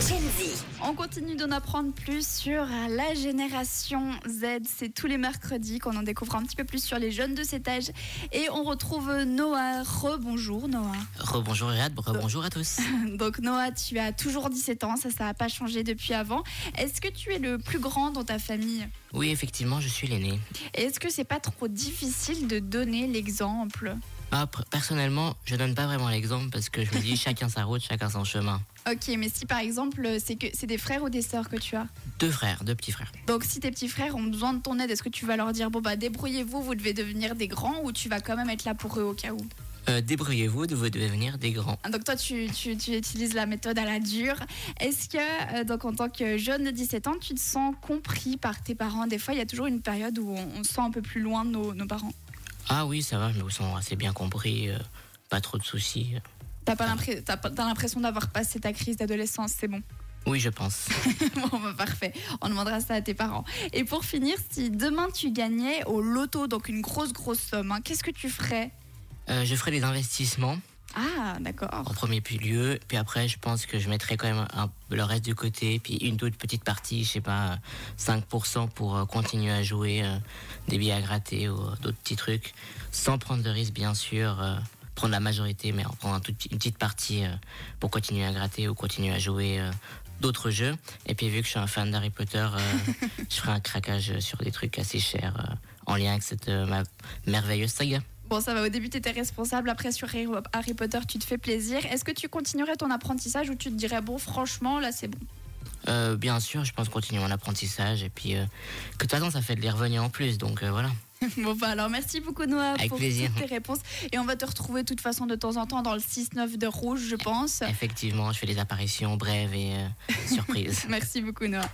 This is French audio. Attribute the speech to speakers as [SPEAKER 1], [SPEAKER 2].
[SPEAKER 1] Gen Z.
[SPEAKER 2] On continue d'en apprendre plus sur la génération Z. C'est tous les mercredis qu'on en découvre un petit peu plus sur les jeunes de cet âge. Et on retrouve Noah. Rebonjour Noah.
[SPEAKER 3] Rebonjour Riyad, rebonjour à tous.
[SPEAKER 2] Donc Noah, tu as toujours 17 ans, ça, ça n'a pas changé depuis avant. Est-ce que tu es le plus grand dans ta famille
[SPEAKER 3] Oui, effectivement, je suis l'aîné.
[SPEAKER 2] Et est-ce que c'est pas trop difficile de donner l'exemple
[SPEAKER 3] Ah, pr- personnellement, je donne pas vraiment l'exemple parce que je me dis chacun sa route, chacun son chemin.
[SPEAKER 2] Ok, mais si par exemple c'est que c'est des frères ou des sœurs que tu as.
[SPEAKER 3] Deux frères, deux petits frères.
[SPEAKER 2] Donc si tes petits frères ont besoin de ton aide, est-ce que tu vas leur dire bon bah débrouillez-vous, vous devez devenir des grands ou tu vas quand même être là pour eux au cas où
[SPEAKER 3] Euh, débrouillez-vous de vous devenir des grands.
[SPEAKER 2] Donc toi, tu, tu- tu utilises la méthode à la dure. Est-ce que, euh, donc en tant que jeune de 17 ans, tu te sens compris par tes parents Des fois, il y a toujours une période où on, on se sent un peu plus loin de nos, nos parents.
[SPEAKER 3] Ah oui, ça va, je me sens assez bien compris, euh, pas trop de soucis.
[SPEAKER 2] T'as pas l'impré- t'as pas- t'as l'impression d'avoir passé ta crise d'adolescence, c'est bon.
[SPEAKER 3] Oui, je pense.
[SPEAKER 2] bon, bah, parfait. On demandera ça à tes parents. Et pour finir, si demain tu gagnais au loto, donc une grosse, grosse somme, hein, qu'est-ce que tu ferais
[SPEAKER 3] Euh, je ferai des investissements
[SPEAKER 2] Ah, d'accord.
[SPEAKER 3] en premier lieu, puis après, je pense que je mettrai quand même un- le reste de côté, puis une toute petite partie, je sais pas, euh, 5% pour euh, continuer à jouer euh, des billets à gratter ou euh, d'autres petits trucs, sans prendre de risque, bien sûr, euh, prendre la majorité, mais en prendre un tout petit- une petite partie euh, pour continuer à gratter ou continuer à jouer euh, d'autres jeux. Et puis, vu que je suis un fan d'Harry Potter, euh, je ferai un craquage sur des trucs assez chers euh, en lien avec cette euh, ma- merveilleuse saga.
[SPEAKER 2] Bon, ça va, au début, tu étais responsable. Après, sur Harry- Harry Potter, tu te fais plaisir. Est-ce que tu continuerais ton apprentissage ou tu te dirais, bon, franchement, là, c'est bon
[SPEAKER 3] Euh, bien sûr, je pense continuer mon apprentissage et puis euh, que de toute façon ça fait de les revenir en plus, donc euh, voilà.
[SPEAKER 2] Bon, bah alors, merci beaucoup, Noah,
[SPEAKER 3] Avec
[SPEAKER 2] pour
[SPEAKER 3] plaisir.
[SPEAKER 2] toutes tes réponses. Et on va te retrouver, de toute façon, de temps en temps, dans le 6-9 de rouge, je pense.
[SPEAKER 3] Eh, Effectivement, je fais des apparitions brèves et euh, surprises.
[SPEAKER 2] Merci beaucoup, Noah.